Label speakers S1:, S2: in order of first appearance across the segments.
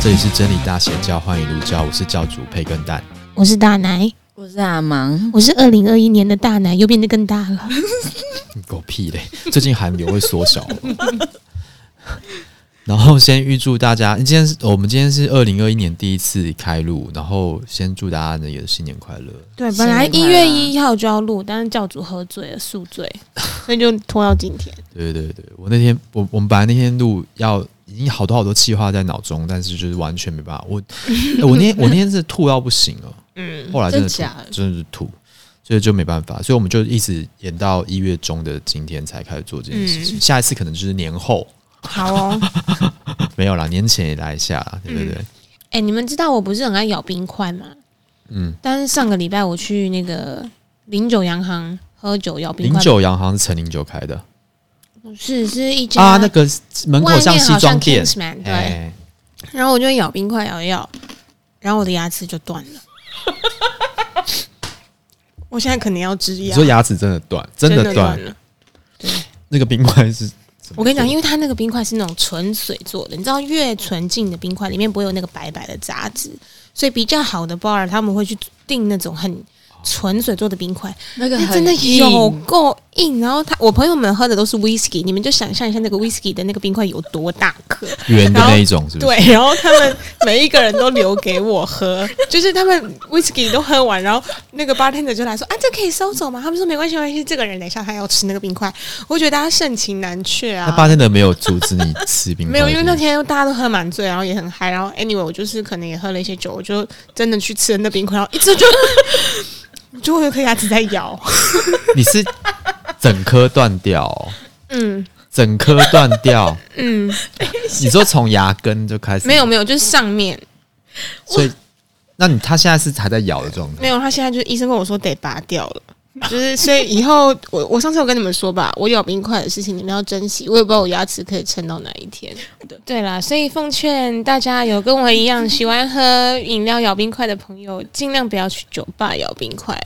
S1: 这里是真理大邪教，欢迎入教，我是教主培根蛋。
S2: 我是啊大奶，
S3: 我是阿芒，
S2: 我是二零二一年的大奶，又变得更大了。
S1: 你狗屁嘞！最近寒流会缩小 吗然后先预祝大家，今天是哦我们今天是二零二一年第一次开录，然后先祝大家呢也新年快乐。
S2: 对，
S3: 新
S2: 本
S3: 年
S2: 来一
S3: 快
S2: 月
S3: 乐
S2: 一号就要录，但是教主喝醉了，宿 醉，所以就拖到今天。
S1: 对对对，我那天我我们本来那天录要已经好多好多计划在脑中，但是就是完全没办法。我哎我那 天我那天是吐到不行了，
S2: 嗯，
S1: 后来真的吐
S3: 真假的
S1: 真的是吐，所以就没办法，所以我们就一直延到一月中的今天才开始做这件事
S2: 嗯
S1: 情。下一次可能就是年后，
S2: 好哦。
S1: 没有啦，年前也来一下啦，对不对？
S2: 哎、你们知道我不是很爱咬冰块吗？
S1: 嗯，
S2: 但是上个礼拜我去那个零九洋行喝酒咬冰
S1: 零
S2: 块，
S1: 九洋行是陈零九开的
S2: 不是是一家
S1: 啊，那个门口
S2: 外
S1: 像
S2: 面
S1: 西
S2: 好
S1: 装
S2: 像
S1: 店，
S2: Kingsman 对，
S1: 哎，
S2: 然后我就咬冰块咬一咬，然后我的牙齿就断了。 我现在可能要植
S1: 你
S2: 牙
S1: 说，牙齿真的断，真的断，
S2: 了。
S1: 那个冰块是怎么做的，
S2: 我跟你讲，因为它那个冰块是那种纯水做的，你知道越纯净的冰块里面不会有那个白白的杂质，所以比较好的 bar 他们会去订那种很纯水做的冰块，
S3: 那个
S2: 那
S3: 很
S2: 哎真的有
S3: 硬
S2: 够硬。然后他我朋友们喝的都是 whisky，你们就想象一下那个 whisky 的那个冰块有多大颗。
S1: 圆的那一种，是不是？
S2: 对，然后他们每一个人都留给我喝，就是他们 whisky 都喝完，然后那个 bartender 就来说啊，这可以收走吗？他们说没关系，没关系，这个人等一下他要吃那个冰块，我觉得大家盛情难却啊。
S1: 那八天的没有阻止你吃冰块，
S2: 没有，因
S1: 对
S2: 为
S1: 不对
S2: 那天大家都喝蛮醉，然后也很嗨，然后 anyway 我就是可能也喝了一些酒，我就真的去吃了那冰块，然后一吃就 就会有颗牙齿在咬，
S1: 你是整颗断掉哦、
S2: 嗯
S1: 整颗断掉，
S2: 嗯，
S1: 你说从牙根就开始
S2: 没有，没有，就是上面
S1: 所以那你他现在是还在咬的状态，
S2: 没有，他现在就是医生跟我说得拔掉了。就是，所以以后我我上次有跟你们说吧，我咬冰块的事情你们要珍惜。我也不知道我牙齿可以撑到哪一天。对啦，所以奉劝大家有跟我一样喜欢喝饮料咬冰块的朋友，尽量不要去酒吧咬冰块。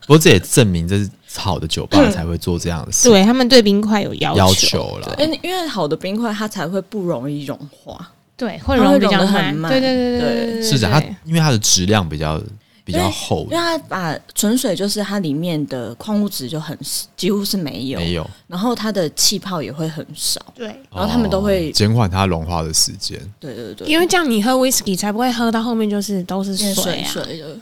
S1: 不过这也证明这是好的酒吧才会做这样的事
S2: 嗯对他们对冰块有要求，
S1: 要求啦。
S3: 哎、因为好的冰块它才会不容易融化，
S2: 对，会
S3: 它
S2: 融
S3: 会
S2: 比
S3: 融
S2: 较
S3: 得很
S2: 慢。
S3: 慢
S2: 对对对对对对，
S1: 是的，啊它因为它的质量比较比较厚
S3: 因为，它把纯水就是它里面的矿物质就很几乎是没有，
S1: 没有，
S3: 然后它的气泡也会很少，
S2: 对。
S3: 然后他们都会
S1: 哦减缓它融化的时间。
S3: 对对对，
S2: 因为这样你喝 whisky 才不会喝到后面就是都是
S3: 变
S2: 水
S3: 水
S2: 啊，
S3: 水的，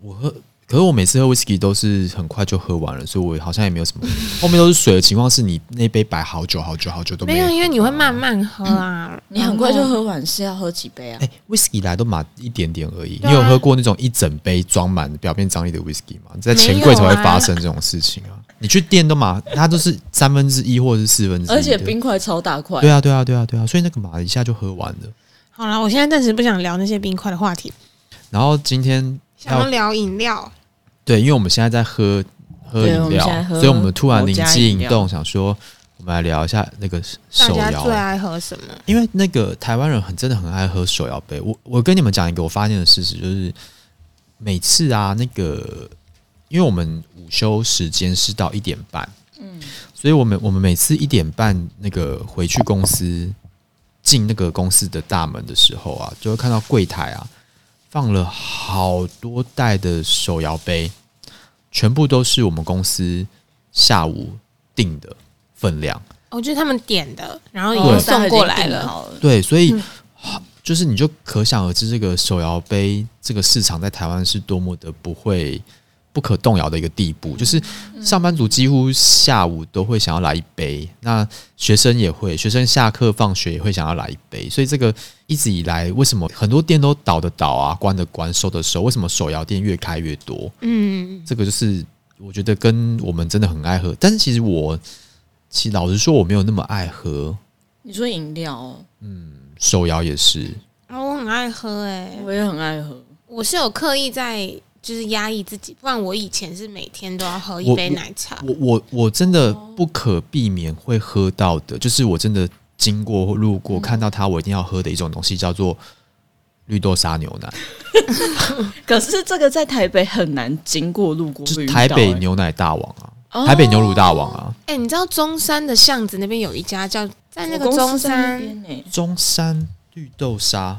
S1: 我喝，可是我每次喝 whisky 都是很快就喝完了，所以我好像也没有什么。 后面都是水的情况是你那杯摆好久好久好久都
S2: 没
S1: 有
S2: 有，。因为你会慢慢喝啊，
S3: 你很快就
S2: 然后。
S3: 喝完，是要喝几杯啊？
S1: 哎、w h i s k y 来都买一点点而已。
S2: 对
S1: 你
S2: 啊
S1: 有喝过那种一整杯装满表面张力的 whisky 吗？在
S3: 啊
S1: 钱柜才会发生这种事情啊！你去店都嘛，它都是三分之一或者是四
S2: 哦
S1: 分之一的，
S3: 而且冰块超大块，
S1: 对啊，对啊，对啊，对啊，所以那个嘛一下就喝完了。
S2: 好了，我现在暂时不想聊那些冰块的话题，
S1: 然后今天
S2: 想要
S1: 要
S2: 聊饮料。
S1: 对，因为我们现在在喝喝
S3: 对我
S1: 饮
S3: 们
S1: 料
S3: 现在，喝
S1: 所以我们突然灵
S3: 某家
S1: 机
S3: 饮
S1: 一
S3: 料
S1: 动，想说我们来聊一下那个
S2: 大
S1: 手
S2: 家
S1: 摇啊
S2: 最爱喝什么？
S1: 因为那个台湾人很真的很爱喝手摇杯。我我跟你们讲一个我发现的事实，就是每次啊，那个因为我们午休时间是到一点半，
S3: 嗯，
S1: 所以我们我们每次一点半那个回去公司进那个公司的大门的时候啊，就会看到柜台啊放了好多袋的手摇杯，全部都是我们公司下午订的分量。
S2: 哦我觉得他们点的，然后已
S1: 对
S2: 经送过来了。
S3: 哦大家已经订好了，
S1: 对，所以、就是你就可想而知，这个手摇杯这个市场在台湾是多么的不会不可动摇的一个地步。就是上班族几乎下午都会想要来一杯，那学生也会，学生下课放学也会想要来一杯。所以这个一直以来，为什么很多店都倒的倒啊，关的关，收的收？为什么手摇店越开越多？
S2: 嗯，
S1: 这个就是我觉得跟我们真的很爱喝，但是其实我其实老实说，我没有那么爱喝，
S3: 你说饮料、哦，
S1: 手摇也是。
S2: 啊我很爱喝哎、
S3: 我也很爱喝，
S2: 我是有刻意在就是压抑自己，不然我以前是每天都要喝一
S1: 我
S2: 杯
S1: 我
S2: 奶茶。
S1: 我我我真的
S2: 哦
S1: 不可避免会喝到的，就是我真的经过或路
S2: 嗯
S1: 过看到它，我一定要喝的一种东西叫做绿豆沙牛奶，
S3: 可是这个在台北很难经过路过
S1: 就
S3: 会
S1: 是
S3: 遇到
S1: 台北
S2: 欸
S3: 哎
S1: 牛奶大王啊，
S3: 哦
S1: 台北牛乳大王啊，
S2: 哎、你知道中山的巷子那边有一家叫在那个
S3: 我公司
S2: 中
S3: 在那
S2: 山
S3: 边欸
S1: 中山绿豆沙，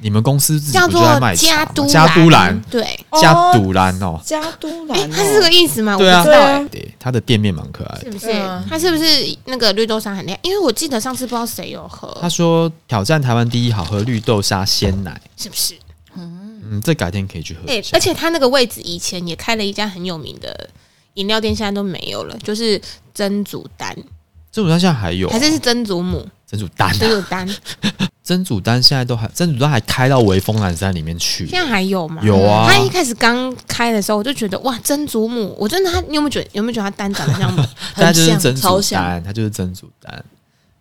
S1: 你们公司自己
S2: 叫
S1: 不就
S2: 做
S1: 在卖
S2: 加
S1: 茶吗
S2: 都
S1: 加都兰
S2: 兰，对，
S1: 加都兰哦，
S3: 加都兰
S2: 哎、
S3: 哦，
S2: 它是这个意思吗？
S1: 对啊
S2: 我不知道、哎，
S1: 对，它的店面蛮可爱的。
S2: 是不是
S3: 对啊？
S2: 它是不是那个绿豆沙很厉害？因为我记得上次不知道谁有喝，
S1: 他说挑战台湾第一好喝绿豆沙鲜奶，
S2: 是不是？
S1: 嗯，这改天可以去喝
S2: 哎、
S1: 一下。
S2: 而且它那个位置以前也开了一家很有名的饮料店，现在都没有了，就是珍珠丹，
S1: 珍珠丹现在还有啊，
S2: 还是是珍珠母，
S1: 珍珠丹啊，
S2: 珍珠丹，
S1: 珍珠丹现在都还，珍珠丹还开到微风南山里面去。
S2: 现在还有吗？
S1: 有啊
S2: 他一开始刚开的时候，我就觉得哇，珍珠母，我真的他，你有没有觉得有没有觉得他单长得像母
S1: 它就是
S3: 很像
S1: 珍珠
S3: 超像
S1: 丹，它就是珍珠丹。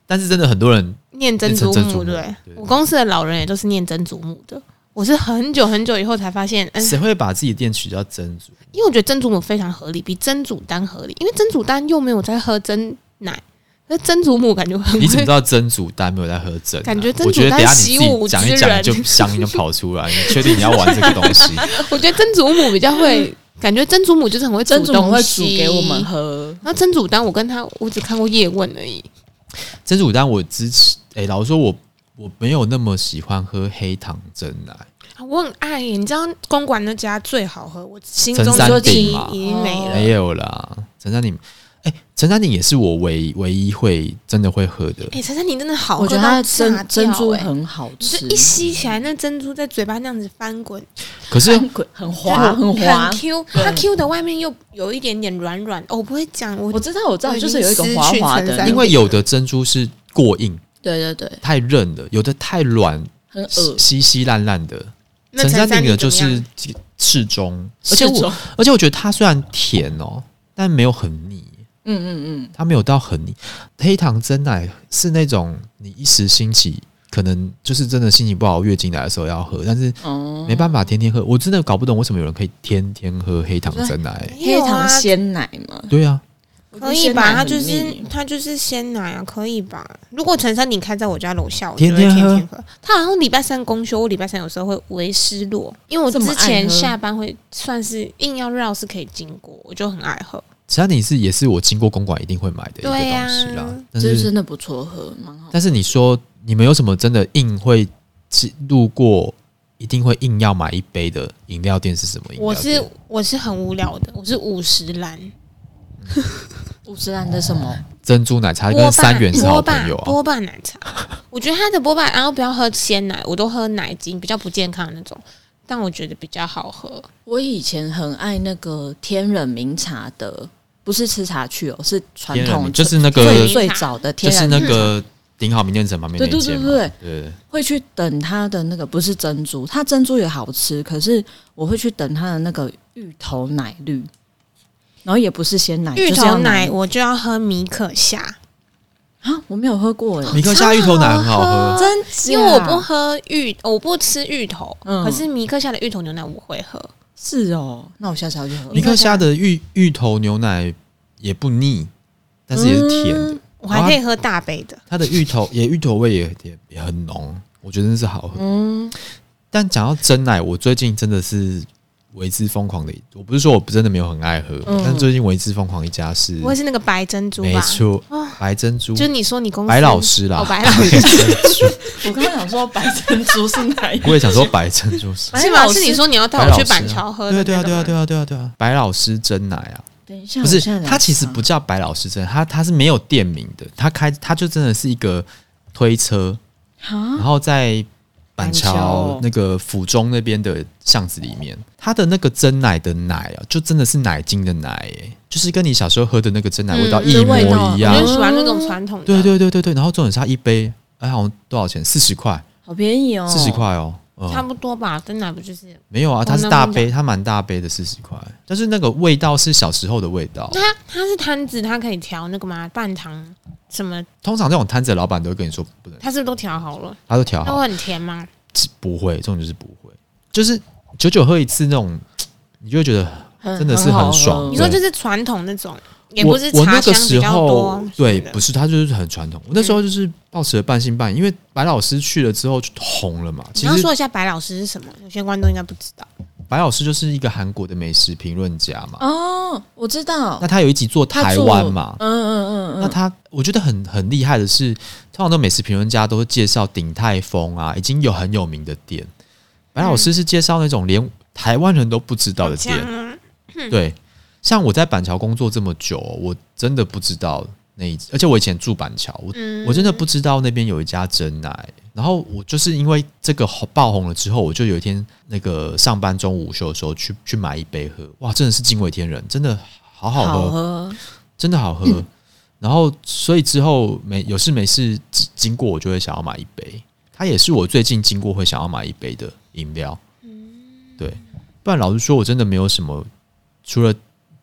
S1: 但是真的很多人
S2: 念珍珠
S1: 念成珍珠母
S2: 母？对不对
S1: 对，
S2: 我公司的老人也都是念珍珠母的。我是很久很久以后才发现，嗯，
S1: 谁会把自己的店取叫珍 珠？
S2: 因为我觉得珍珠母非常合理，比珍珠丹合理，因为珍珠丹又没有在喝真奶，那珍珠母感觉很
S1: 你怎么知
S2: 会。
S1: 道珍珠丹没有在喝珍啊？
S2: 感觉珍
S1: 我
S2: 珠
S1: 觉得
S2: 丹
S1: 等一下你自
S2: 习武
S1: 己讲一
S2: 之
S1: 讲
S2: 人
S1: 就香应该跑出来。你确定你要玩这个东 西？
S2: 我觉得珍珠母比较会，感觉珍珠母就是很会
S3: 珍
S2: 煮
S3: 珠母
S2: 东
S3: 会煮
S2: 西
S3: 给我们。喝，
S2: 那珍珠丹，我跟他我只看过叶问而已。
S1: 珍珠丹我支持。哎、老实说我我没有那么喜欢喝黑糖啊真奶。
S2: 啊我很爱耶，你知道公馆那家最好喝，我心中
S1: 陈山
S2: 就
S1: 顶
S2: 已
S1: 嘛
S2: 已美了。
S1: 没有啦，陈山鼎，哎、陈山鼎也是我唯唯一会真的会喝的。
S2: 哎、陈珊妮真的好喝
S3: 我觉
S2: 到
S3: 得它
S2: 炸
S3: 的
S2: 掉、
S3: 珍珍珠
S2: 哎
S3: 很好
S2: 你
S3: 吃
S2: 就，一吸起来，那珍珠在嘴巴那样子翻滚，
S1: 可
S2: 哎
S1: 是
S3: 很很滑，很滑。
S2: Q，它 Q 的外面又有一点点软软。哦，我不会讲，我
S3: 我知道，我知道，
S2: 我已
S3: 就
S2: 经
S3: 是有一个
S2: 失
S3: 滑
S2: 去
S3: 滑
S2: 成
S3: 的，
S2: 三
S1: 因为有的珍珠是过硬，
S3: 对对对，
S1: 太韧了；有的太软，
S3: 很恶
S1: 稀稀烂烂的。
S2: 呃那
S1: 陈山
S2: 珊
S1: 鼎的
S2: 妮怎
S1: 就
S2: 么
S1: 是
S2: 样哦
S1: 适中，而且
S3: 是
S1: 我
S3: 种
S1: 而且我觉得它虽然甜哦，但没有很腻，
S3: 嗯嗯
S1: 它没有到很腻。黑糖真奶是那种你一时兴起，可能就是真的心情不好，月经来的时候要喝，但是
S3: 嗯，哦，
S1: 没办法天天喝。我真的搞不懂为什么有人可以天天喝黑糖真奶。
S2: 没
S3: 黑
S2: 有
S3: 糖
S2: 啊
S3: 鲜奶嘛，
S1: 对啊，
S2: 可以吧？它
S3: 它
S2: 就是它就是鲜奶啊，可以吧？如果陈珊妮开在我家楼下，我就
S1: 天
S2: 会
S1: 天
S2: 天
S1: 喝
S2: 天喝。它好像礼拜三公休，我礼拜三有时候会为失落，因为我
S3: 这么
S2: 之前
S3: 爱喝
S2: 下班会算是硬要绕是可以经过，我就很爱喝。
S1: 其他你是也是我经过公馆一定会买的一个
S2: 对啊
S1: 东西啦。但
S3: 这
S1: 是
S3: 真的不错喝，蛮好。
S1: 但是你说你们有什么真的硬会吃路过一定会硬要买一杯的饮料店是什么饮料
S2: 我
S1: 店？
S2: 是我是很无聊的，我是五十岚
S3: 五十兰的什么？
S1: 珍珠奶茶
S2: 波
S1: 跟
S2: 霸
S1: 三元是好
S2: 波
S1: 朋
S2: 霸
S1: 友啊。
S2: 波霸奶茶， 我觉得它的波霸，然后不要喝鲜奶，我都喝奶精，比较不健康的那种，但我觉得比较好喝。
S3: 我以前很爱那个天人茗茶的，不是吃茶去哦，是传
S1: 天
S3: 统
S1: 人就是那
S3: 最
S1: 个
S3: 最早的
S1: 就
S3: 天
S1: 是
S3: 然
S1: 那个顶好名店城旁边
S3: 对
S1: 那
S3: 对
S1: 间
S3: 对
S1: 嘛。
S3: 对对，
S1: 对，
S3: 会去等它的那个不是珍珠，它珍珠也好吃，可是我会去等它的那个芋头奶绿，然后也不是鲜奶，
S2: 芋
S3: 就是要
S2: 头奶我就要喝米可夏，
S3: 啊，我没有喝过哎，
S1: 米克夏芋头奶很好喝，
S3: 真
S2: 因为我不喝芋，我不吃芋头，
S3: 嗯
S2: 可是米克夏的芋头牛奶我会喝。
S3: 是哦，那我下次要去喝
S1: 米克夏的芋芋头牛奶也不腻，但是也是甜的。
S2: 我还可以喝大杯的，
S1: 它的芋头也芋头味也也也很浓，我觉得真是好喝。
S3: 嗯，
S1: 但讲到真奶，我最近真的是为之疯狂的。我不是说我真的没有很爱喝，
S3: 嗯
S1: 但最近为之疯狂一家是，
S2: 我也是那个白珍珠
S1: 没
S2: 吧，
S1: 错，白珍珠，
S2: 就是你说你公司
S1: 白老师啦，
S2: 哦，白老 师
S1: 白珍珠。
S3: 我刚刚想说白珍珠是哪一
S1: 我也想说白珍珠是。
S2: 是吗？是你说你要带
S1: 白
S2: 我
S1: 老
S2: 去
S1: 师
S2: 板
S1: 啊
S2: 桥喝的
S1: 对
S2: 那
S1: 对
S2: 个
S1: 啊，
S2: 吗？
S1: 对啊，对啊，对啊，对啊！白老师真奶啊，
S3: 等一下，
S1: 不是，它其实不叫白老师真奶，它它是没有店名的，它开它就真的是一个推车，
S3: 啊，
S1: 然后在板
S3: 板
S1: 桥
S3: 桥
S1: 那个府中那边的巷子里面，它的那个真奶的奶啊，就真的是奶精的奶、欸，就是跟你小时候喝的那个真奶味道
S2: 嗯
S1: 一
S3: 味道
S1: 模一样
S2: 我。
S3: 嗯
S2: 就喜欢那种传统的。
S1: 对对对对对，然后重点是它一杯，哎，好像多少钱？四十块，
S3: 好便宜哦，
S1: 四十块哦。嗯
S2: 差不多吧，真奶不就是？
S1: 没有啊，它是
S2: 那
S1: 大
S2: 么
S1: 杯，它蛮大杯的，四十块。但是那个味道是小时候的味道。
S2: 那它它是摊子，它可以调那个吗？半糖什么？
S1: 通常这种摊子的老板都会跟你说不能，
S2: 它是不是都调好了？
S1: 他都调
S2: 它
S1: 好，
S2: 会很甜吗？
S1: 不会，这种就是不会，就是久久喝一次那种，你就会觉得
S3: 很
S1: 真的是很爽
S3: 好喝
S2: 你说就是传统那种，也
S1: 我
S2: 不是
S1: 我
S2: 茶
S1: 那个
S2: 香比
S1: 时
S2: 较
S1: 候
S2: 多。嗯
S1: 对，
S2: 的
S1: 不是他就是很传统。我那时候就是抱持了半信半疑，因为白老师去了之后就红了嘛。
S2: 你
S1: 其
S2: 要
S1: 实
S2: 说一下白老师是什么？有些观众应该不知道。
S1: 白老师就是一个韩国的美食评论家嘛。
S3: 哦，我知道
S1: 那，他有一集做
S3: 他
S1: 台
S3: 做
S1: 湾嘛？
S3: 嗯嗯嗯
S1: 那
S3: 嗯，
S1: 他我觉得很很厉害的是，通常的美食评论家都会介绍鼎泰丰啊，已经有很有名的店。白老师是介绍那种连台湾人都不知道的店，
S2: 嗯
S1: 对，像我在板桥工作这么久，我真的不知道那一，而且我以前住板桥，我、
S2: 嗯
S1: 我真的不知道那边有一家真奶。然后我就是因为这个红爆红了之后，我就有一天那个上班中午午休的时候去去买一杯喝，哇，真的是惊为天人，真的好好喝，
S3: 好喝，
S1: 真的好喝。然后所以之后没有事没事经经过我就会想要买一杯，它也是我最近经过会想要买一杯的饮料。
S2: 嗯
S1: 对，不然老实说，我真的没有什么，除了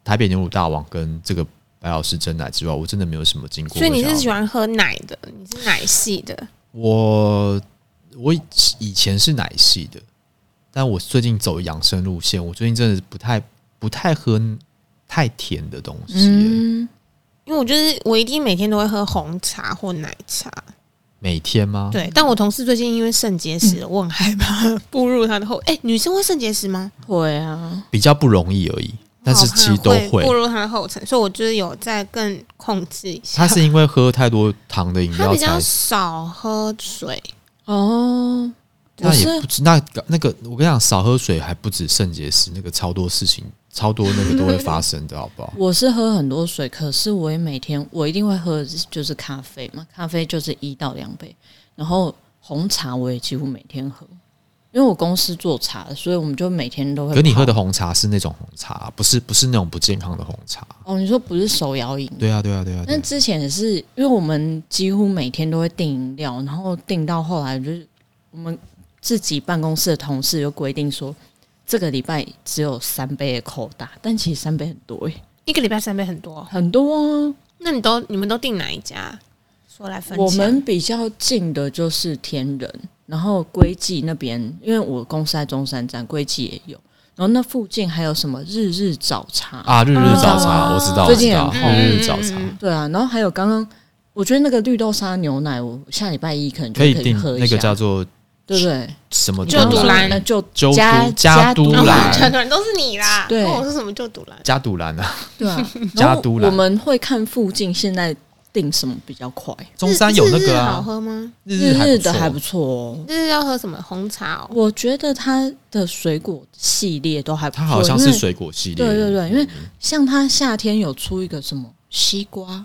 S1: 台北牛乳大王跟这个白老师真奶之外，我真的没有什么经过会
S2: 所
S1: 想
S2: 以
S1: 要买。
S2: 你是喜欢喝奶的，你是奶系的，
S1: 我我以以前是奶系的，但我最近走养生路线，我最近真的不太不太喝太甜的东西耶、
S3: 嗯，
S2: 因为我就是我一定每天都会喝红茶或奶茶。
S1: 哦每天吗？
S2: 对，但我同事最近因为肾结石，我很害怕 步入他的后。哎、女生会肾结石吗？
S3: 会啊，
S1: 比较不容易而已，但是
S2: 我好
S1: 其
S2: 怕
S1: 实都会
S2: 步。入他的后尘，所以我就是有在更控制一
S1: 他
S2: 下。
S1: 是因为喝太多糖的饮
S2: 他
S1: 料
S2: 比较
S1: 才，
S2: 少喝水，
S3: 哦，我
S1: 那也
S3: 是
S1: 不知那那个我跟你讲，少喝水还不止肾结石，那个超多事情，超多那个都会发生的，好不 好？
S3: 我是喝很多水，可是我也每天我一定会喝的是就是咖啡嘛，咖啡就是一到两杯，然后红茶我也几乎每天喝，因为我公司做茶的，所以我们就每天都会。
S1: 可你喝的红茶是那种红茶，不是不是那种不健康的红茶。
S3: 哦，你说不是手摇饮？
S1: 对啊，对啊，对啊。对
S3: 那
S1: 啊
S3: 之前也是，因为我们几乎每天都会订饮料，然后订到后来就是我们自己办公室的同事就规定说，这个礼拜只有三杯的扣打，但其实三杯很多耶，
S2: 一个礼拜三杯很多。
S3: 很多啊。
S2: 那你都你们都订哪一家？说来分享。
S3: 我们比较近的就是天人，然后龟记那边，因为我公司在中山站，龟记也有，然后那附近还有什么日日早茶
S1: 啊，日日早茶，
S3: 啊
S1: 我知道，我
S3: 最近
S1: 知道，
S3: 很
S1: 日
S3: 红
S1: 日早茶
S2: 嗯
S3: 对啊，然后还有刚刚我觉得那个绿豆沙牛奶，我下礼拜一可能就
S1: 可以
S3: 以
S1: 订
S3: 喝一
S1: 那
S3: 下，
S1: 个叫做
S3: 对啊不对？
S1: 什么
S2: 就
S1: 东
S2: 杜
S1: 西
S2: 兰
S3: 那就
S1: 就
S3: 加
S1: 都加都
S3: 都
S1: 兰
S3: 兰，
S2: 全团都是你 啦。
S3: 对
S2: 跟我说什么就堵啦。
S1: 加杜兰啊，
S3: 对啊，
S1: 加
S3: 然
S1: 都
S3: 后
S1: 兰
S3: 我们会看附近现在订什么比较快，
S1: 中山有那
S2: 日日
S1: 个
S2: 好
S1: 啊，
S2: 喝吗？
S1: 日
S3: 日
S1: 还
S3: 日
S1: 不
S3: 的还不
S1: 错，
S3: 错哦。
S2: 日日要喝什么红茶哦？
S3: 我觉得它的水果系列都还不错，
S1: 它好像是
S3: 因为
S1: 水果系列，嗯
S3: 对对对，因为像它夏天有出一个什么西瓜，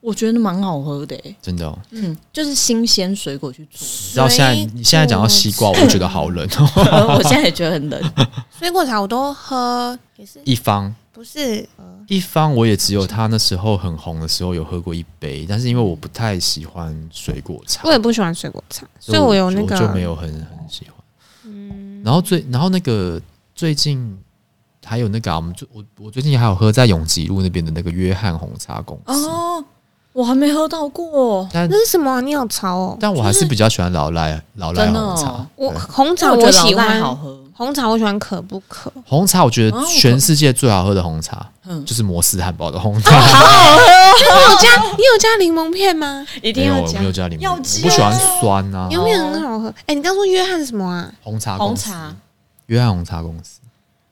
S3: 我觉得蛮好喝的、欸，
S1: 真的哦。
S3: 嗯，就是新鲜水果去 做。
S1: 你知道现在
S2: 水
S1: 你现在讲到西瓜，我就觉得好冷 哦。
S3: 呃我现在也觉得很冷，
S2: 水果茶我都喝，也是
S1: 一方
S2: 不是？
S1: 一方我也只有他那时候很红的时候有喝过一杯，但是因为我不太喜欢水果茶
S2: 我，也不喜欢水果茶，所以
S1: 我
S2: 我有那个
S1: 我
S3: 啊
S1: 就没有很很喜欢。然后最然后那个最近还有那个、啊、我们最我我最近还有喝在永吉路那边的那个约翰红茶公司，
S3: 哦，我还没喝到过，
S1: 但
S2: 那是什么啊、你好潮哦！
S1: 但我还是比较喜欢老赖老赖红
S3: 真的
S1: 茶
S3: 哦。
S2: 我
S1: 对
S2: 红茶
S3: 但我觉得
S2: 喜
S3: 老赖
S2: 欢，
S3: 好喝，
S2: 红茶我喜欢可不可？
S1: 红茶我觉
S3: 哦
S1: 得
S3: 我
S1: 全世界最好喝的红茶
S3: 嗯，
S1: 就是摩斯汉堡的红
S3: 哦
S1: 茶，
S2: 你有加你有加柠檬片吗？
S3: 一定
S1: 没有
S3: 要
S1: 我
S3: 加
S1: 没有加柠檬，
S3: 要
S1: 我不
S3: 加
S1: 喜欢酸
S3: 哦
S1: 啊
S2: 柠。檬片很好喝。哎、你刚说约翰什么啊？
S1: 红茶
S3: 红
S1: 公司，
S3: 茶，
S1: 约翰红茶公司。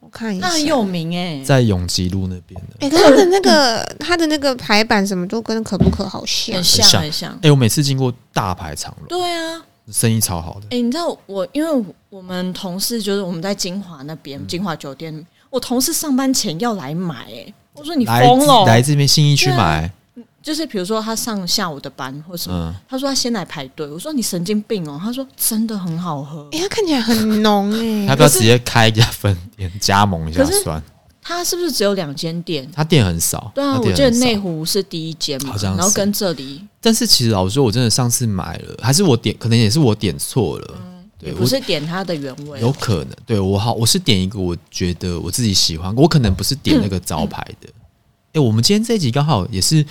S2: 我看一下
S3: 它。很有名哎、
S1: 在永吉路那边的。
S2: 哎、
S3: 嗯
S2: 他的那个他的那个排版什么都跟可不可好像
S3: 很。
S1: 像
S3: 像很像
S1: 哎、，我每次经过大排长龙，
S3: 对啊，
S1: 生意超好的。
S3: 哎、你知道我，因为我们同事就是我们在金华那
S1: 嗯
S3: 边，金华酒店，我同事上班前要来买、哎，我说你
S1: 来
S3: 疯了，哦
S1: 来这边信义区
S3: 对啊
S1: 买，
S3: 就是比如说他上下午的班或什么，
S1: 嗯，
S3: 他说他先来排队，我说你神经病哦，他说真的很好喝
S2: 哎、，它看起来很浓哎、
S1: 要不要直接开一家分店加盟一下
S3: 嗯可是
S1: 算？
S3: 他是不是只有两间店？
S1: 他店很少，
S3: 对啊，
S1: 他
S3: 我
S1: 店
S3: 记得
S1: 很少
S3: 内。湖是第一间嘛
S1: 好，像
S3: 然后
S1: 是
S3: 跟这里
S1: 但是其实老实说，我真的上次买了，还是我点，可能也是我点错了。对，
S3: 嗯也不
S1: 我
S3: 是点它的原味，
S1: 有可能，对我好，我是点一个我觉得我自己喜欢，我可能不是点那个
S3: 嗯
S1: 招牌的。哎、我们今天这一集刚好也是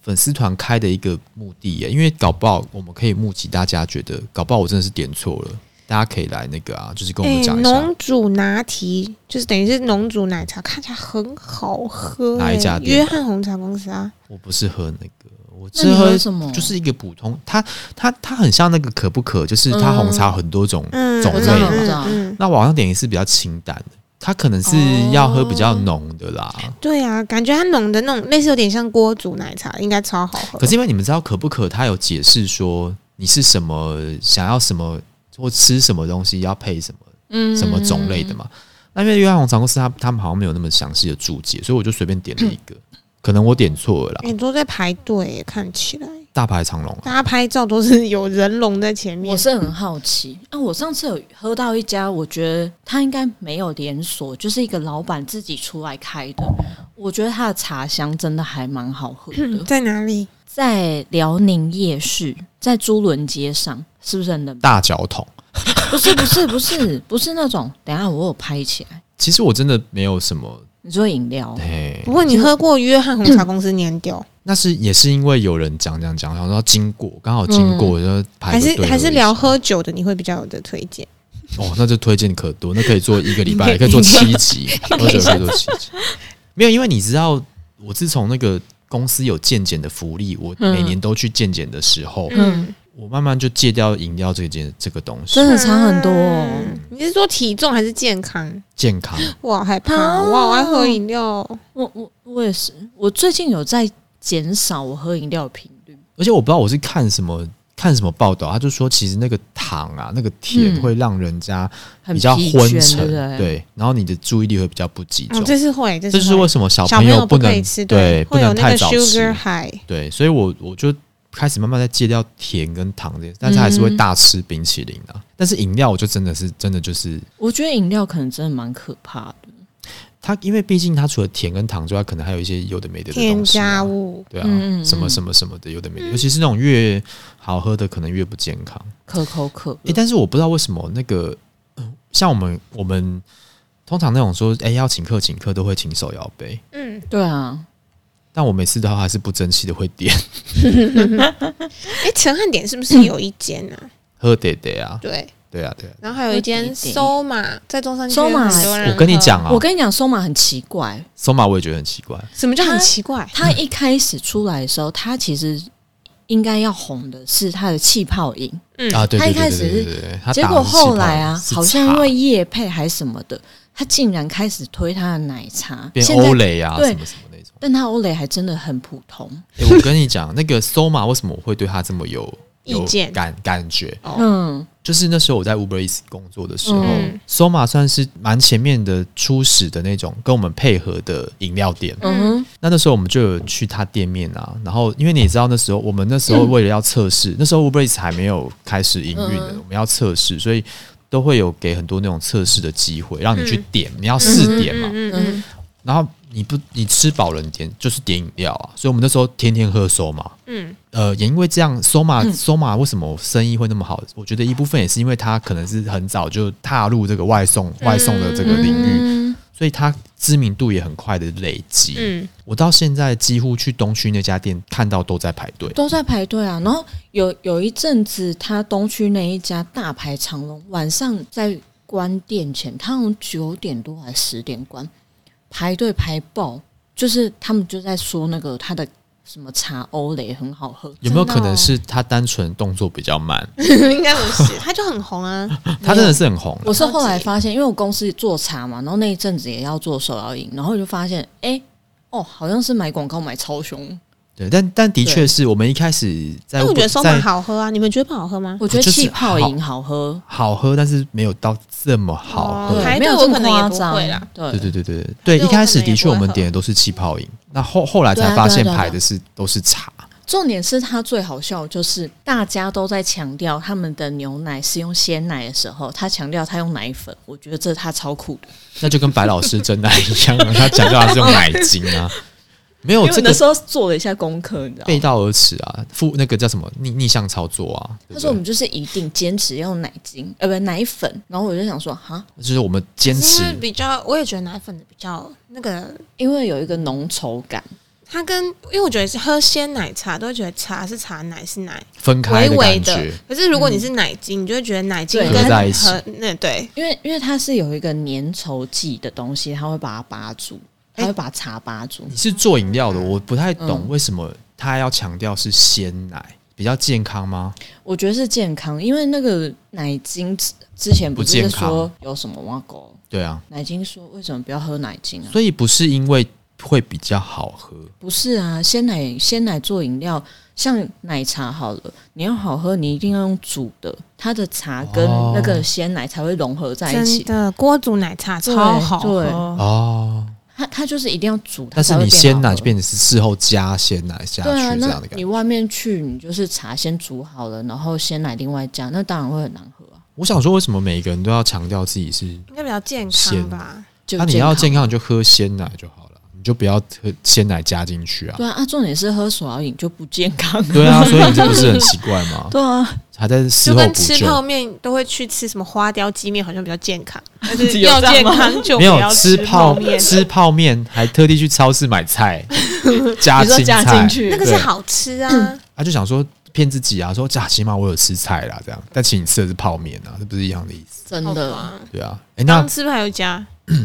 S1: 粉丝团开的一个目的耶，因为搞不好我们可以募集大家觉得，搞不好我真的是点错了，大家可以来那个啊，就是跟我们
S2: 哎，
S1: 讲一下。
S2: 浓煮拿铁就是等于是浓煮奶茶，看起来很好喝、
S1: 哪
S2: 哎
S1: 一家店
S2: 约翰红茶公司啊，
S1: 我不是喝那个，我
S3: 那
S1: 只
S3: 你
S1: 喝
S3: 喝什么？
S1: 就是一个普通，它它它很像那个可不可，就是它红茶很多种、
S2: 嗯，
S1: 种
S3: 我
S1: 类
S3: 知道
S1: 嘛
S3: 我。知道
S2: 嗯，嗯
S1: 那我好像点一次比较清淡的，它可能是要喝比较浓的啦。
S2: 对啊，感觉它浓的那种，类似有点像锅煮奶茶，应该超好喝。
S1: 可是因为你们知道可不可，它有解释说你是什么想要什么或吃什么东西要配什么。
S3: 嗯
S1: 什么种类的嘛。那因为约翰红茶公司他他们好像没有那么详细的注解，所以我就随便点了一个，可能我点错了啦。
S2: 哎你都在排队，看起来
S1: 大排长龙啊，
S2: 大家拍照都是有人龙在前面
S3: 我。是很好奇啊，我上次有喝到一家，我觉得它应该没有连锁，就是一个老板自己出来开的。我觉得它的茶香真的还蛮好喝 的，
S2: 在哪里？
S3: 在辽宁夜市，在朱伦街上，是不是很冷？
S1: 大脚桶。
S3: 不是，不是，不是，不是那种。等一下我有拍起来，
S1: 其实我真的没有什么，
S3: 你说饮料，
S1: 嘿
S2: 不，过你喝过约翰红茶公司年调，
S1: 那是也是因为有人讲讲讲，想说经过，刚好经过，我哎就排
S2: 还
S1: 个
S2: 是
S1: 队
S2: 还是
S1: 而已
S2: 聊喝酒的，你会比较有的推荐。
S1: 哦，那就推荐可多，那可以做一个礼
S2: 你可
S1: 拜，
S2: 以
S1: 可以做七集，或者可以做七集。没有，因为你知道，我自从那个公司有健检的福利，我
S3: 嗯
S1: 每年都去健检的时候，
S2: 嗯
S3: 嗯，
S1: 我慢慢就戒掉饮料这件这个东西
S3: 真。的差很多、哦。
S2: 嗯你是说体重还是健康？
S1: 健康，
S2: 我好害怕，
S3: 啊
S2: 我好爱喝饮料。
S3: 我我我也是，我最近有在减少我喝饮料的频率。
S1: 而且我不知道我是看什么看什么报道，他就说其实那个糖啊，那个甜
S3: 嗯
S1: 会让人家
S3: 很
S1: 比较
S3: 疲
S1: 昏
S3: 倦
S1: 沉，
S3: 对不对？
S1: 然后你的注意力会比较不集中。
S2: 嗯，这是会，这
S1: 这就是
S2: 会
S1: 为什么小
S2: 小朋
S1: 友
S2: 不可
S1: 能
S2: 以吃，
S1: 对不
S2: 会有
S1: 能
S2: 那
S1: 太
S2: 个
S1: 早
S2: sugar
S1: 吃，
S2: high。
S1: 对，所以我我就开始慢慢在戒掉甜跟糖这些，但是还是会
S3: 嗯
S1: 大吃冰淇淋啊。但是饮料我就真的是真的就是
S3: 我觉得饮料可能真的蛮可怕的。
S1: 它，因为毕竟它除了甜跟糖之外，可能还有一些有的没的的
S2: 添
S1: 东西、
S2: 加
S1: 啊。
S2: 物，
S1: 对啊，
S3: 嗯嗯嗯
S1: 什么什么什么的，有的没
S2: 嗯
S1: 的，尤其是那种越好喝的，可能越不健康。
S3: 可口可乐
S1: 诶，但是我不知道为什么那个，呃像我们我们通常那种说，诶要请客请客都会请手摇杯，
S2: 嗯，
S3: 对啊，
S1: 但我每次的话还是不争气的会点
S2: 哎，陈汉典是不是有一间啊？
S1: 喝得得啊，
S2: 对，
S1: 对啊对啊。
S2: 然后还有一间
S3: 有几间
S2: 搜马，在中山区
S3: 搜马
S2: 很多人
S1: 我跟你
S2: 喝，
S1: 讲啊
S3: 我，跟你讲，收马很奇 怪，
S1: 索马我也觉得很奇怪，
S2: 什么叫很奇怪？
S3: 他一开始出来的时候，他其实应该要红的是他的气泡饮，
S2: 嗯
S1: 啊，对
S3: 他
S1: 对
S3: 一
S1: 对
S3: 开
S1: 对
S3: 始
S1: 对
S3: 是
S1: 对对，他
S3: 结
S1: 打
S3: 果
S1: 的是
S3: 后
S1: 泡
S3: 来啊，
S1: 是
S3: 好像因
S1: 茶
S3: 为叶配还什么的，他竟然开始推他的奶茶，
S1: 变
S3: 现
S1: 欧
S3: 在。
S1: 蕾啊
S3: 对
S1: 什么什么那种。
S3: 但他欧蕾还真的很普通，
S1: 诶我跟你讲，那个索马为什么我会对他这么有有
S2: 意见
S1: 感感觉？
S2: 哦，
S3: 嗯，
S1: 就是那时候我在 Uber Eats 工作的时候
S2: 嗯
S1: ，Soma 算是蛮前面的初始的那种跟我们配合的饮料店。
S3: 嗯
S1: 那那时候我们就有去他店面啊，然后因为你也知道那时候我们那时候为了要测试，那时候 Uber Eats 还没有开始营运的，
S3: 嗯
S1: 我们要测试，所以都会有给很多那种测试的机会，让你去点，你要试点嘛。
S2: 嗯嗯
S3: 嗯，
S1: 然后你不你吃饱了，你点就是点饮料啊，所以我们那时候天天喝 Soma。
S2: 嗯
S1: 呃，也因为这样，Soma Soma 为什么生意会那么好？我觉得一部分也是因为它可能是很早就踏入这个外送外送的这个领域，
S3: 嗯
S1: 所以它知名度也很快的累积。
S2: 嗯
S1: 我到现在几乎去东区那家店看到都在排队，
S3: 都在排队啊。然后有有一阵子，他东区那一家大排长龙，晚上在关店前，他好像九点多还是十点关，排队排爆，就是他们就在说那个他的什么茶欧蕾很好喝，
S1: 有没有
S3: 真的
S1: 可能
S3: 哦
S1: 是他单纯动作比较慢？
S2: 嗯， 应该不是，他就很红啊。
S3: 嗯
S1: 他真的是很红啊，
S3: 我是后来发现，因为我公司做茶嘛，然后那一阵子也要做手摇饮，然后我就发现，哎、哦，好像是买广告买超凶，
S1: 对，但但的确是我们一开始在
S2: 但我觉得
S1: Uber-
S2: 搜马
S1: 在
S2: 好喝啊，你们觉得不好喝吗？
S3: 我觉得
S1: 哦就是
S3: 气泡饮好喝，
S1: 好喝，但是没有到这么好
S2: 哦
S1: 喝。
S3: 对，
S2: 排
S3: 没
S2: 队
S3: 有
S2: 我可
S3: 这么
S2: 能也
S3: 夸
S2: 不会啦
S3: 张，对
S1: 对对对对对对，一开始的确我们点的都是气泡饮，那后后来
S3: 啊
S1: 才发现排的是都是茶。
S3: 重点是它最好笑，就是大家都在强调他们的牛奶是用鲜奶的时候，他强调他用奶粉，我觉得这他超酷的。
S1: 那就跟白老师真奶一样啊，他讲到他是用奶精啊，没有
S2: 哦
S3: 因为我
S1: 这
S3: 那
S1: 个
S3: 时候做了一下功课，你知道
S1: 背
S3: 吗？
S1: 道而驰啊，负那个叫什么逆逆向操作啊，对
S3: 他
S1: 不
S3: 说我
S1: 对？
S3: 们就是一定坚持要用奶精，呃，不奶粉。然后我就想说，哈，
S1: 就是我们坚持
S2: 是比较，我也觉得奶粉的比较那个，
S3: 因为有一个浓稠感，
S2: 它跟因为我觉得是喝鲜奶茶都会觉得茶是茶，奶是奶，
S1: 分开
S2: 微
S1: 的
S2: 微
S1: 感
S2: 的
S1: 觉，。
S2: 可是如果你是奶精，你就会觉得奶精
S3: 对
S2: 跟
S1: 合在一起
S2: 和那对，
S3: 因为因为它是有一个粘稠剂的东西，它会把它扒住，它会把茶扒住。
S1: 你是做饮料的，我不太懂
S3: 嗯
S1: 为什么他要强调是鲜奶，比较健康吗？
S3: 我觉得是健康，因为那个奶精之之前不是
S1: 不健康
S3: 说有什么挖沟，
S1: 对啊，
S3: 奶精说为什么不要喝奶精啊？
S1: 所以不是因为会比较好喝，
S3: 不是啊，鲜奶鲜奶做饮料，像奶茶好了，你要好喝，你一定要用煮的，它的茶跟
S1: 哦
S3: 那个鲜奶才会融合在一
S2: 真
S3: 起。
S2: 的锅煮奶茶
S3: 对
S2: 超好
S3: 对
S2: 喝，
S1: 哦，
S3: 它它就是一定要煮，它
S1: 但是
S3: 才会
S1: 你
S3: 变
S1: 鲜
S3: 好
S1: 奶
S3: 喝
S1: 就变成是事后加鲜奶下
S3: 对啊，
S1: 去这
S3: 那
S1: 样的感
S3: 你
S1: 觉。
S3: 外面去，你就是茶先煮好了，然后鲜奶另外加，那当然会很难喝啊。
S1: 我想说，为什么每一个人都要强调自己是？
S2: 应该比较健
S1: 鲜
S2: 康吧？
S3: 就
S1: 啊那、你要健
S3: 康，
S1: 康，你就喝鲜奶就好了，你就不要喝鲜奶加进去啊。
S3: 对啊，啊，重点是喝手摇饮就不健康。
S1: 对啊，所以你这不是很奇怪吗？
S3: 对啊，
S1: 还在事
S2: 就
S1: 后
S2: 跟
S1: 补
S2: 吃泡
S1: 救，
S2: 面都会去吃什么花雕鸡面，好像比较健 康，但
S3: 有
S2: 是
S3: 这样
S2: 要
S3: 吗
S2: 健康就不
S1: 没有
S2: 要
S1: 吃
S2: 泡
S1: 泡
S2: 面，
S1: 吃泡面，还特地去超市买菜加
S3: 你说
S1: 青
S3: 加
S1: 菜
S3: 进，去
S2: 那个是
S1: 对
S2: 好吃啊。
S1: 他就想说骗自己啊，说假起码我有吃菜啦，这样，但其实你吃的是泡面啊，这不是一样的意思？
S3: 真
S2: 好
S3: 的，
S2: 吧，
S1: 对啊，哎、那
S2: 刚吃不是还有加？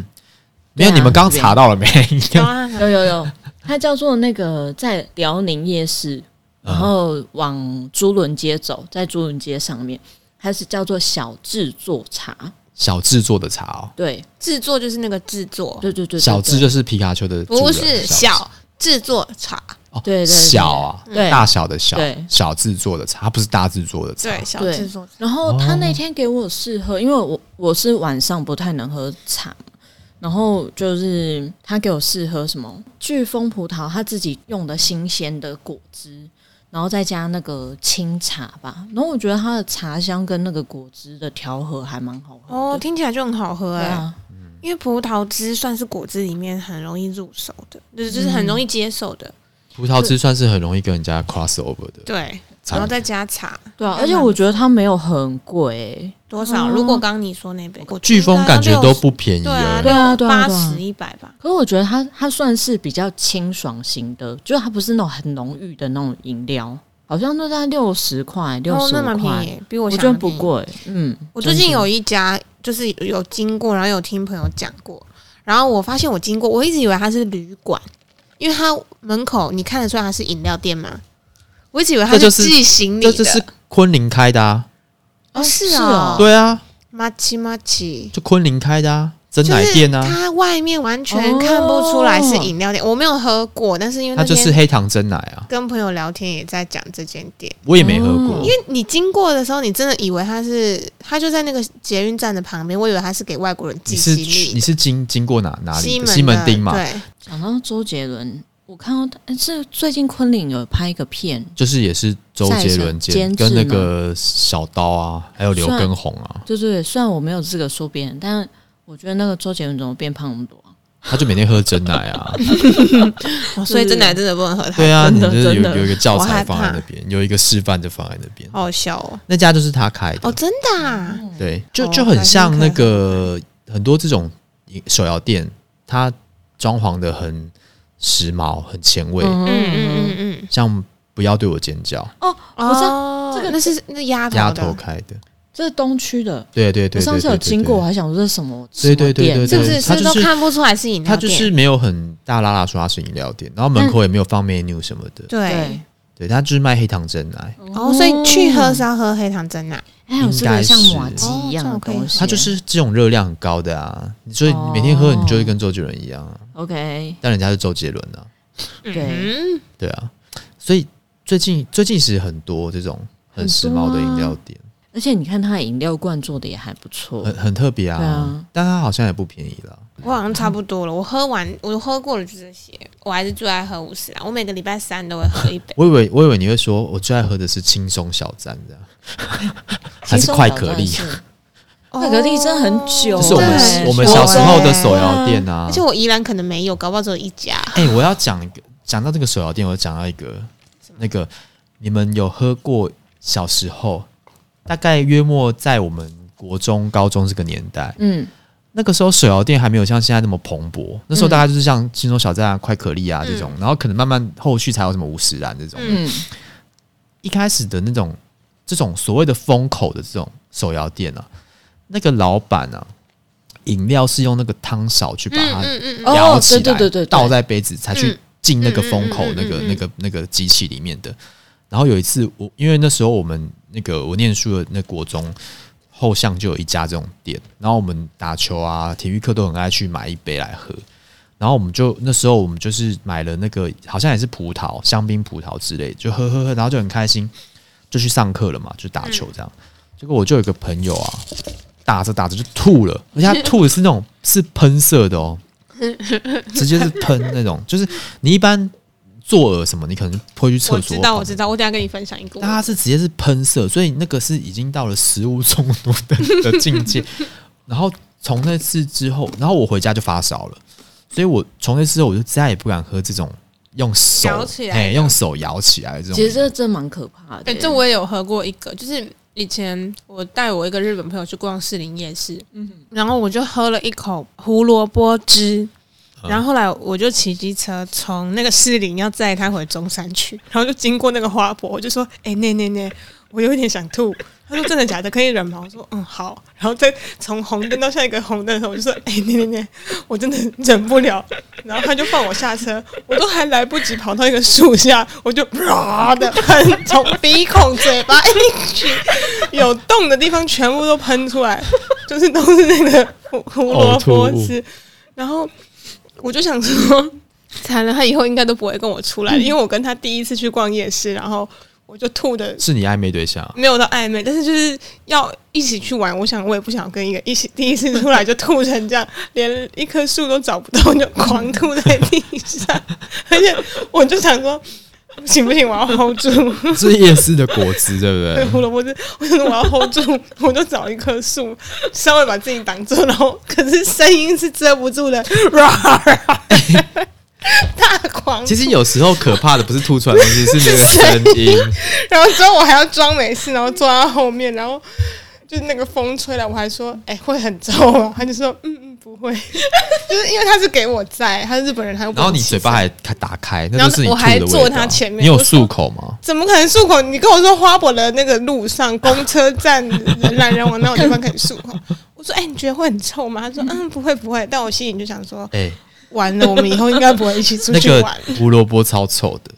S1: 没有
S3: 对啊
S1: 你们刚查到了没？
S2: 当然
S3: 有有有，它叫做那个在辽宁夜市，
S1: 嗯
S3: 然后往朱伦街走，在朱伦街上面，它是叫做小制作茶。
S1: 小智做的茶哦，
S3: 对
S2: 制作就是那个制作，
S3: 对对对，对
S1: 小智
S3: 对
S1: 就是皮卡丘的主人，
S2: 不是
S1: 智
S2: 小制作茶，
S1: 哦，
S3: 对对对
S1: 小啊，
S3: 对
S1: 大小的小
S3: 对，
S1: 小制作的茶，它不是大制作的茶。
S2: 对，小
S3: 对
S2: 制作茶。
S3: 然后他那天给我试喝，因为我我是晚上不太能喝茶嘛，然后就是他给我试喝什么飓风葡萄，他自己用的新鲜的果汁，然后再加那个清茶吧，然后我觉得它的茶香跟那个果汁的调和还蛮好喝的。
S2: 哦，听起来就很好喝
S3: 对
S2: 哎、
S3: 啊，
S2: 因为葡萄汁算是果汁里面很容易入手的，就是就是很容易接受的，
S1: 葡萄汁算是很容易跟人家 cross over 的
S2: 对，
S1: 产
S2: 然后
S1: 品，
S2: 再加茶
S3: 对啊，而且我觉得它没有很贵欸、
S2: 多少？如果刚刚你说那杯果汁
S1: 飓风感觉都
S2: 应
S1: 不便宜
S2: 该要
S1: 了。
S2: 六十对
S3: 对
S2: 啊，
S3: 啊对啊
S2: 八
S3: 对啊
S2: 十一百吧。
S3: 可是我觉得它它算是比较清爽型的，就是它不是那种很浓郁的那种饮料，好像都在六十块、六
S2: 哦，
S3: 十
S2: 那蛮
S3: 五块
S2: 便。宜，比我
S3: 我
S2: 想
S3: 觉得
S2: 的
S3: 不
S2: 便宜。
S3: 贵，嗯，
S2: 我最近有一家就是有经过，然后有听朋友讲过，然后我发现我经过，我一直以为它是旅馆，因为它门口你看得出来它是饮料店吗？我一直以为它
S1: 这就是
S2: 寄行李
S1: 这
S2: 的，
S1: 这是昆凌开的啊，
S2: 哦是
S3: 是
S2: 啊
S3: 哦，
S1: 对啊，
S2: 马奇马奇。
S1: 就昆凌开的啊，真奶店
S2: 就
S1: 啊
S2: 是，它外面完全看不出来是饮料店，我没有喝过，但是因为
S1: 它
S2: 那
S1: 就是
S2: 天
S1: 黑糖真奶啊，
S2: 跟朋友聊天也在讲这间店，
S1: 我也没喝过
S3: 哦，
S1: 因为
S2: 你经过的时候，你真的以为它是，它就在那个捷运站的旁边，我以为它是给外国人寄
S1: 你是
S2: 行
S1: 去
S2: 李
S1: 你
S2: 的。
S1: 是经经过哪哪里
S2: 西
S1: 的
S2: 门的
S1: 西门町嘛，
S2: 对，
S3: 讲到周杰伦，我看到他诶是最近昆凌有拍一个片，
S1: 就是也是周杰伦
S3: 在
S1: 监
S3: 监制
S1: 跟那
S3: 吗
S1: 个小刀啊，还有刘
S3: 算
S1: 畊宏啊，
S3: 对对对，虽然我没有资格说别人，但我觉得那个周杰伦怎么变胖那么多啊、
S1: 他就每天喝真奶 啊，
S2: 哦所以真奶真的不能喝它，
S1: 对啊，你
S3: 真
S1: 就
S3: 的
S1: 是有
S3: 真的
S1: 有一个教
S2: 我
S1: 材
S2: 害
S1: 放在
S2: 怕
S1: 那边，有一个示范就放在那边。
S2: 好好笑哦。
S1: 那家就是他开的，
S2: 哦，真的、啊，
S1: 对，就
S2: 哦
S1: 就很像那个很多这种手摇店，它装潢的很时髦、很前卫，
S2: 嗯嗯
S3: 嗯，
S2: 嗯嗯，
S1: 像不要对我尖叫，
S3: 我知道
S2: 哦
S3: 这个
S2: 那是那丫头的
S1: 丫头开的，
S3: 这是东区的，
S1: 对对对，
S3: 我上次有
S1: 对对对
S3: 经过，我还想说这是什么什
S1: 对
S3: 么
S1: 对对
S3: 店
S1: 对
S2: 是不是？
S1: 对
S2: 是不
S1: 它
S2: 是
S1: 就
S2: 都
S1: 是
S2: 看不出来是饮料
S1: 它
S2: 店？
S1: 就是没有很大拉拉说它是饮料店，然后门口也没有放 menu 什么的，
S2: 对。
S1: 对，它就是卖黑糖真奶，
S3: 嗯
S2: 哦，所以去喝是要喝黑糖真奶，
S3: 还哎有这
S1: 应该
S3: 个
S1: 是
S3: 像马吉一样的
S2: 哦这样
S3: 东
S2: 可
S3: 西，
S1: 它就是这种热量很高的啊，所以你每天喝
S3: 哦
S1: 你就会跟周杰伦一样啊，
S3: OK，
S1: 但人家是周杰伦啊，
S2: 嗯，
S1: 对啊，所以最近最近其实很多这种很时髦的饮料店，
S3: 而且你看它的饮料罐做的也还不错
S1: 很，很特别啊，
S3: 对啊
S1: 但它好像也不便宜啦。。
S2: 我好像差不多了。我喝完，我喝过了就这些，我还是最爱喝五十啊啦。我每个礼拜三都会喝一 杯
S1: 我以为我以为你会说，我最爱喝的是轻松小站这样，还是
S3: 轻松
S1: 快
S3: 小
S1: 可
S3: 站
S1: 丽，
S3: 是
S2: 哦
S3: 快可丽真的很久
S1: 这是
S2: 欸
S3: 哦
S1: 我们
S3: 对
S1: 我们
S3: 对
S1: 小时候的
S2: 手。
S1: 手摇店啊
S2: 而。且我宜兰可能没有，搞不好只有一家。
S1: 哎、我要讲一个，讲到这个手摇店，我讲到一个那个，你们有喝过小时候，大概约莫在我们国中、高中这个年代，
S3: 嗯，
S1: 那个时候手摇店还没有像现在那么蓬勃，那时候大概就是像轻松小站、啊、快可丽
S2: 嗯
S1: 啊这种，然后可能慢慢后续才有什么五十岚这种。
S3: 嗯
S1: 一开始的那种这种所谓的风口的这种手摇店啊，那个老板啊，饮料是用那个汤勺去把它
S2: 嗯嗯
S3: 哦
S1: 舀起来，
S3: 对对对对对
S1: 倒在杯子才去
S2: 嗯
S1: 进那个风口
S4: 嗯嗯嗯嗯
S1: 那个
S4: 嗯
S1: 那个那个机器里面的。然后有一次我因为那时候我们那个我念书的那国中后巷就有一家这种店，然后我们打球啊，体育课都很爱去买一杯来喝。然后我们就那时候我们就是买了那个好像也是葡萄香槟葡萄之类，就喝喝喝，然后就很开心，就去上课了嘛，就打球这样。结果我就有一个朋友啊，打着打着就吐了，而且他吐的是那种是喷射的哦，直接是喷那种，就是你一般做耳什么，你可能会去
S4: 我
S1: 厕所
S4: 知
S1: 喷，
S4: 道，我知道，我等一下跟你分享一个
S1: 但它
S4: 我。
S1: 是直接是喷射，所以那个是已经到了食物中毒的的境界。 然后从那次之后，然后我回家就发烧了，所以我从那次之后我就再也不敢喝这种用手
S2: 摇起来的
S1: 哎用手摇起来的这种。
S3: 其实这真蛮可怕的、
S2: 哎、这我也有喝过一个，就是以前我带我一个日本朋友去逛士林夜市，然后我就喝了一口胡萝卜汁。
S1: 嗯
S2: 然后后来我就骑机车从那个士林要载他回中山去， 然后就经过那个花博，我就说：“哎、那那那，我有一点想吐。”他说：“真的假的？可以忍吗？”我说：“嗯，好。”然后再从红灯到下一个红灯的时候，我就说：“哎、那那那，我真的忍不了。” 然后他就放我下车，我都还来不及跑到一个树下，我就啪的喷从鼻孔、嘴巴一起有洞的地方全部都喷出来，就是都是那个胡胡萝卜汁。然后我就想说， 惨了，他以后应该都不会跟我出来，因为我跟他第一次去逛夜市，然后我就吐的
S1: 是你暧昧对象啊，
S2: 没有到暧昧，但是就是要一起去玩。我想我也不想跟一个一起第一次出来就吐成这样，连一棵树都找不到，就狂吐在地上。而且我就想说，不行不行，我要 hold 住。
S1: 这是夜市的果汁，对
S2: 对
S1: 不
S2: 胡
S1: 对？
S2: 萝卜汁，我想说我要 hold 住，我就找一棵树，稍微把自己挡住，然后可是声音是遮不住的， 大狂。
S1: 其实有时候可怕的不是吐出来的东西，是 那个声音。
S2: 然后之后我还要装没事，然后坐在后面，然后就是那个风吹来，我还说：“哎、会很臭吗？”他就说：“嗯嗯，不会。” 就是因为他是给我在，他是日本人，他又不
S1: 然后你
S2: 能骑
S1: 嘴巴
S2: 车
S1: 还开打开，
S2: 然
S1: 那
S2: 后
S1: 就是你
S2: 我
S1: 吐的
S2: 还
S1: 味道。
S2: 坐他前面
S1: 你有
S2: 我说
S1: 漱口吗？
S2: 怎么可能漱口？你跟我说花博的那个路上、公车站、人来人往那种地方可以漱口？我说：“哎、你觉得会很臭吗？”他说：“嗯，不会不会。”但我心里就想说
S1: 哎、：“
S2: 完了，我们以后应该不会一起出
S1: 那
S2: 去
S1: 个
S2: 玩。
S1: 胡萝卜超臭 的，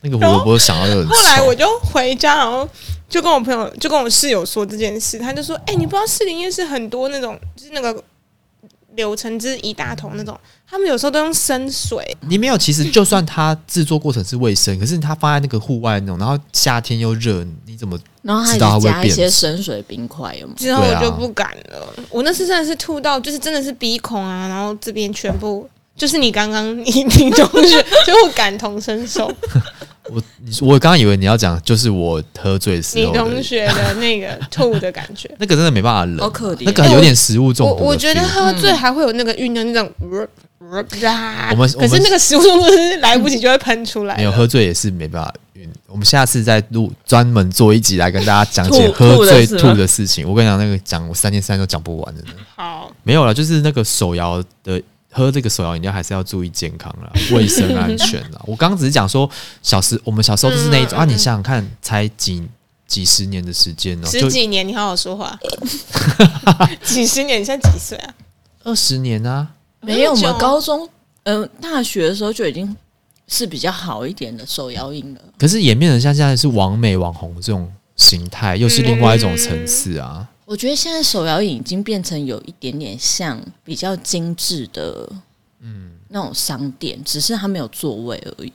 S1: 那个胡萝卜想要有很臭。
S2: 后来我就回家，然后就跟我朋友，就跟我室友说这件事，他就说：“哎、你不知道士林夜市很多那种，就是那个柳橙汁一大桶那种，他们有时候都用生水，
S1: 你没有，其实就算它制作过程是卫生，可是它放在那个户外那种，然后夏天又热，你怎么？
S3: 然后还
S1: 知道它
S3: 得
S1: 会
S3: 加一些
S1: 变
S3: 深水冰块，有吗？
S2: 之后
S1: 对
S2: 我
S1: 啊
S2: 就不敢了。我那次真的是吐到，就是真的是鼻孔啊，然后这边全部。”就是你刚刚你你同学就感同身受，
S1: 我你我刚刚以为你要讲就是我喝醉的时
S2: 你
S1: 候的
S2: 同学的那个吐的感觉。
S1: 那个真的没办法忍，啊
S3: 好可怜
S1: 那个有点食物中
S2: 我
S1: 毒的
S2: 我觉得
S1: feel
S2: 喝醉还会有那个酝酿那种，呃呃啦
S1: 我们我
S2: 可
S1: 们
S2: 是那个食物中毒是来不及就会喷出来
S1: 嗯没有
S2: 了。
S1: 喝醉也是没办法晕。我们下次再录专门做一集来跟大家讲解
S3: 吐
S1: 喝醉
S3: 吐的事吗
S1: 吐的事情。我跟你讲，那个讲我三天三夜都讲不完的。
S2: 好，
S1: 没有啦，就是那个手摇的喝这个手摇饮料还是要注意健康 啦，卫生安全啦。我刚刚只是讲说，小时我们小时候就是那
S3: 嗯
S1: 一种、啊，你想想看，才几几十年的时间哦、
S2: 十
S1: 就
S2: 几年你好好 说话，几十年你现在几岁啊？
S1: 二十年啊，
S3: 没有，我
S2: 很久
S3: 们高中、呃大学的时候就已经是比较好一点的手摇饮了。
S1: 可是演变成像现在是网美网红这种形态，又
S3: 嗯
S1: 是另外一种层次啊。
S3: 我觉得现在手摇饮已经变成有一点点像比较精致的，嗯，那种商店，只是它没有座位而已。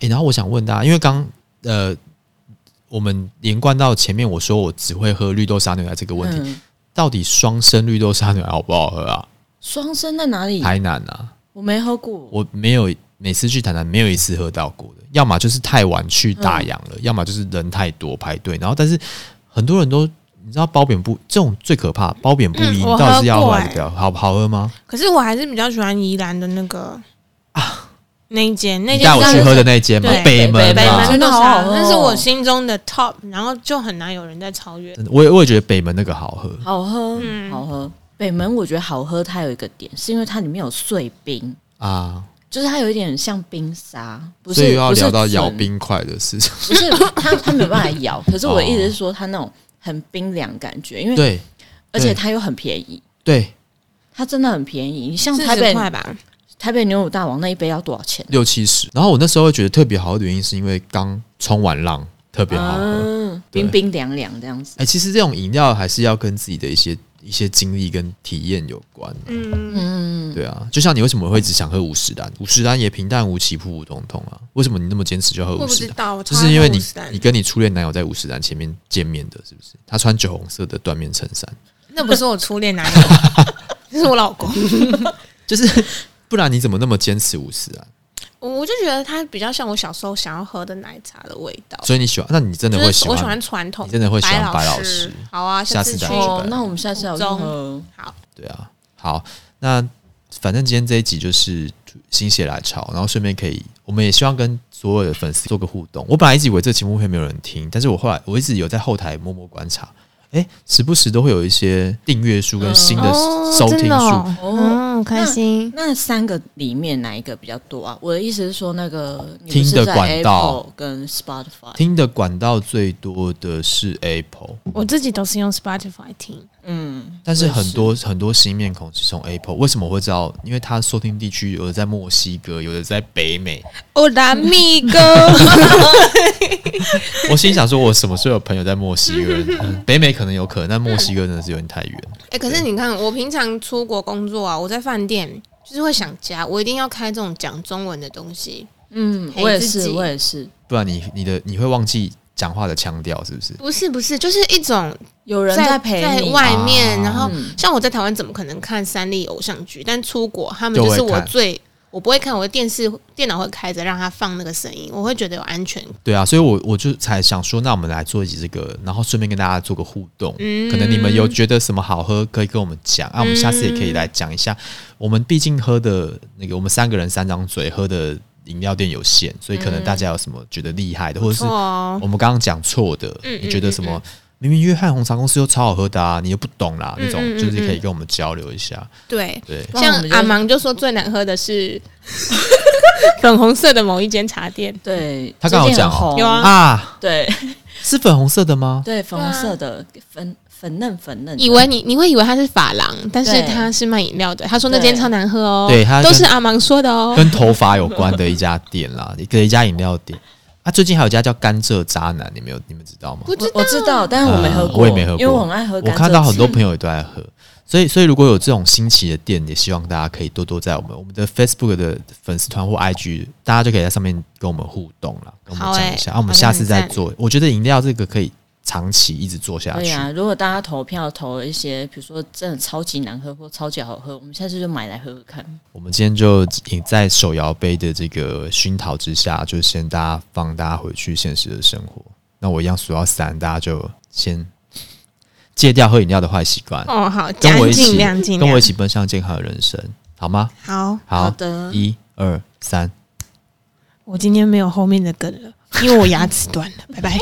S1: 诶，然后我想问大家，因为刚呃，我们连贯到前面我说我只会喝绿豆沙牛奶这个问题，
S3: 嗯，
S1: 到底双生绿豆沙牛奶好不好喝啊？
S3: 双生在
S2: 嗯
S3: 哪里？
S1: 台南啊。
S3: 我没喝过。
S1: 我没有每次去台南没有一次喝到过的，要么就是太晚去
S2: 嗯
S1: 打烊了，要么就是人太多排队。然后，但是很多人都你知道褒贬不这种最可怕，褒贬不一，
S2: 嗯
S1: 你
S2: 我
S1: 到底是要喝
S2: 喝过
S1: 还是不要？好好喝吗？
S2: 可是我还是比较喜欢宜兰的那个啊那一间，那
S1: 你
S2: 间
S1: 带我去喝的
S2: 那
S1: 那间吗
S2: 对？
S1: 北门
S3: 北
S1: 啊
S3: 门，真的好好喝哦
S2: 那是我心中的 top，然后就很难有人在超越。
S1: 真的我也我也觉得北门那个好喝。
S3: 好喝，好喝。北门我觉得好喝，它有一个点是因为它里面有碎冰，
S1: 啊，
S3: 就是它有一点像冰沙，不
S1: 所以
S3: 是
S1: 又要聊到咬，
S3: 不是
S1: 冰块的事情。
S3: 不是它它没办法 咬。可是我的意思是说，它那种很冰凉感觉，因为
S1: 对
S3: 而
S1: 对
S3: 且它又很便宜，
S1: 对，
S3: 它真的很便宜。你像台
S2: 四十
S3: 北
S2: 块吧，
S3: 台北牛乳大王那一杯要多少钱？
S1: 六七十。然后我那时候会觉得特别好喝的原因，是因为刚冲完浪，特别好喝。
S2: 啊
S3: 嗯，
S1: 对
S3: 冰冰凉凉这样子。
S1: 哎、其实这种饮料还是要跟自己的一些一些经历跟体验有关。
S2: 嗯，
S3: 嗯，
S1: 对啊，就像你为什么会只想喝五十单？五十单也平淡无奇、普普通通啊，为什么你那么坚持就喝
S2: 我
S1: 五
S2: 不
S1: 十
S2: 知
S1: 单？
S2: 道，
S1: 这是因为你
S2: 我超爱
S1: 你
S2: 五十
S1: 跟你初恋男友在五十单前面见面的，是不是？他穿酒红色的缎面衬衫，
S2: 单那不是我初恋男友， 那是我老公。
S1: 嗯就是 不然你怎么那么坚持五十啊单？
S2: 我我就觉得它比较像我小时候想要喝的奶茶的味道，
S1: 所以你喜欢？那你真的会
S2: 就
S1: 喜
S2: 是我喜欢
S1: 欢？
S2: 传统，
S1: 你真的会喜欢白老
S2: 老
S1: 师
S2: 好啊，
S1: 下次
S2: 次
S1: 再
S2: 去
S1: 去吧
S3: 哦，那我们下次要去喝。
S2: 好，
S1: 对啊，好，那反正今天这一集就是心血来潮，然后顺便可以，我们也希望跟所有的粉丝做个互动。我本来一直以为这个节目会没有人听，但是我后来我一直有在后台默默观察，诶，时不时都会有一些订阅数跟新的
S2: 哦
S1: 收听
S2: 真
S1: 数。
S2: 的哦
S3: 哦
S2: 嗯，开心。
S3: 那三个里面哪一个比较多啊？我的意思是说，那个你不
S1: 听的
S3: 是在
S1: 管道
S3: Apple 跟 Spotify，
S1: 听的管道最多的是 Apple，
S2: 我自己都是用 Spotify 听，
S3: 嗯，
S1: 但是很多很多新面孔是从 Apple。为什么我会知道？因为它收听地区有的在墨西哥，有的在北美。
S2: 我的咪哥，
S1: 我心想说，我什么时候有朋友在墨西 哥？嗯北美可能有可能，但墨西哥真的是有点太远。
S2: 哎，可是你看，我平常出国工作啊，我在饭店就是会想家，我一定要开这种讲中文的东西，
S3: 嗯，
S2: 陪
S3: 我也
S2: 自
S3: 是，
S2: 己
S3: 我也是。
S1: 不然你你的你会忘记讲话的腔调，是不是？
S2: 不是不是，就是一种
S3: 有人
S2: 在
S3: 陪
S2: 在
S3: 你，
S1: 啊
S2: 外面，然后
S3: 嗯
S2: 像我在台湾怎么可能看三立偶像剧？但出国他们就
S1: 就是会
S2: 我
S1: 看
S2: 最我不会看，我的电视电脑会开着让它放那个声音，我会觉得有安全感。
S1: 对啊，所以我我就才想说，那我们来做一集这个，然后顺便跟大家做个互动。
S2: 嗯
S1: 可能你们有觉得什么好喝，可以跟我们讲啊，我们下次也可以来讲一下。我们毕竟喝的那个，我们三个人三张嘴喝的饮料店有限，所以可
S2: 嗯
S1: 能大家有什么觉得厉害的，或者是
S2: 哦，
S1: 我们刚刚讲错的，
S2: 嗯嗯
S1: 你觉得什么？明明约翰红茶公司又超好喝的啊，你又不懂啦，那种就是可以跟我们交流一下。
S2: 对，
S1: 对，
S3: 嗯不然我
S2: 像
S3: 们就
S2: 阿芒就说最难喝的是 粉红色的某一间茶店，
S3: 对，
S1: 他刚好
S3: 最近
S1: 讲
S3: 很
S1: 哦
S3: 红
S2: 有啊
S1: 啊，
S3: 对
S1: 是粉红色的吗？
S3: 对，粉红色的粉粉嫩粉嫩的，
S2: 以为你你会以为他是发廊，但是
S3: 对
S2: 他是卖饮料的。他说那间
S3: 对
S2: 超难喝哦，
S1: 对他
S2: 都是
S1: 跟
S2: 阿芒说的哦。
S1: 跟头发有关的一家店啦，一个一家饮料店。啊，最近还有一家叫甘蔗渣男，你们有你们知道吗？
S2: 不知
S3: 我我知道，但是我没喝
S1: 呃
S3: 过，
S1: 我也没喝过
S3: 因为我很爱喝
S1: 我
S3: 甘蔗汁。
S1: 看到很多朋友也都在喝，所以所以如果有这种新奇的店，也希望大家可以多多在我们我们的 Facebook 的粉丝团或 IG，大家就可以在上面跟我们互动啦，跟我们
S2: 好
S1: 讲
S2: 欸
S1: 一下。啊，我们
S2: 好
S1: 下
S2: 像
S1: 次
S2: 很
S1: 再
S2: 赞
S1: 做。我觉得饮料这个可以长期一直做下
S3: 对
S1: 去。
S3: 啊，如果大家投票投了一些，比如说真的超级难喝或超级好喝，我们下次就买来喝喝看。
S1: 我们今天就也在手摇杯的这个熏陶之下，就先大家放大家回去现实的生活。那我一样数到三，大家就先戒掉喝饮料的坏习惯，
S2: 哦，好，
S1: 跟我
S2: 讲
S1: 一
S2: 尽
S1: 起
S2: 量尽
S1: 跟我一
S2: 量。
S1: 起奔向健康的人生，好吗？
S2: 好，
S1: 好，
S3: 的，
S1: 一二三。
S2: 我今天没有后面的梗了，因为我牙齿断了，拜拜。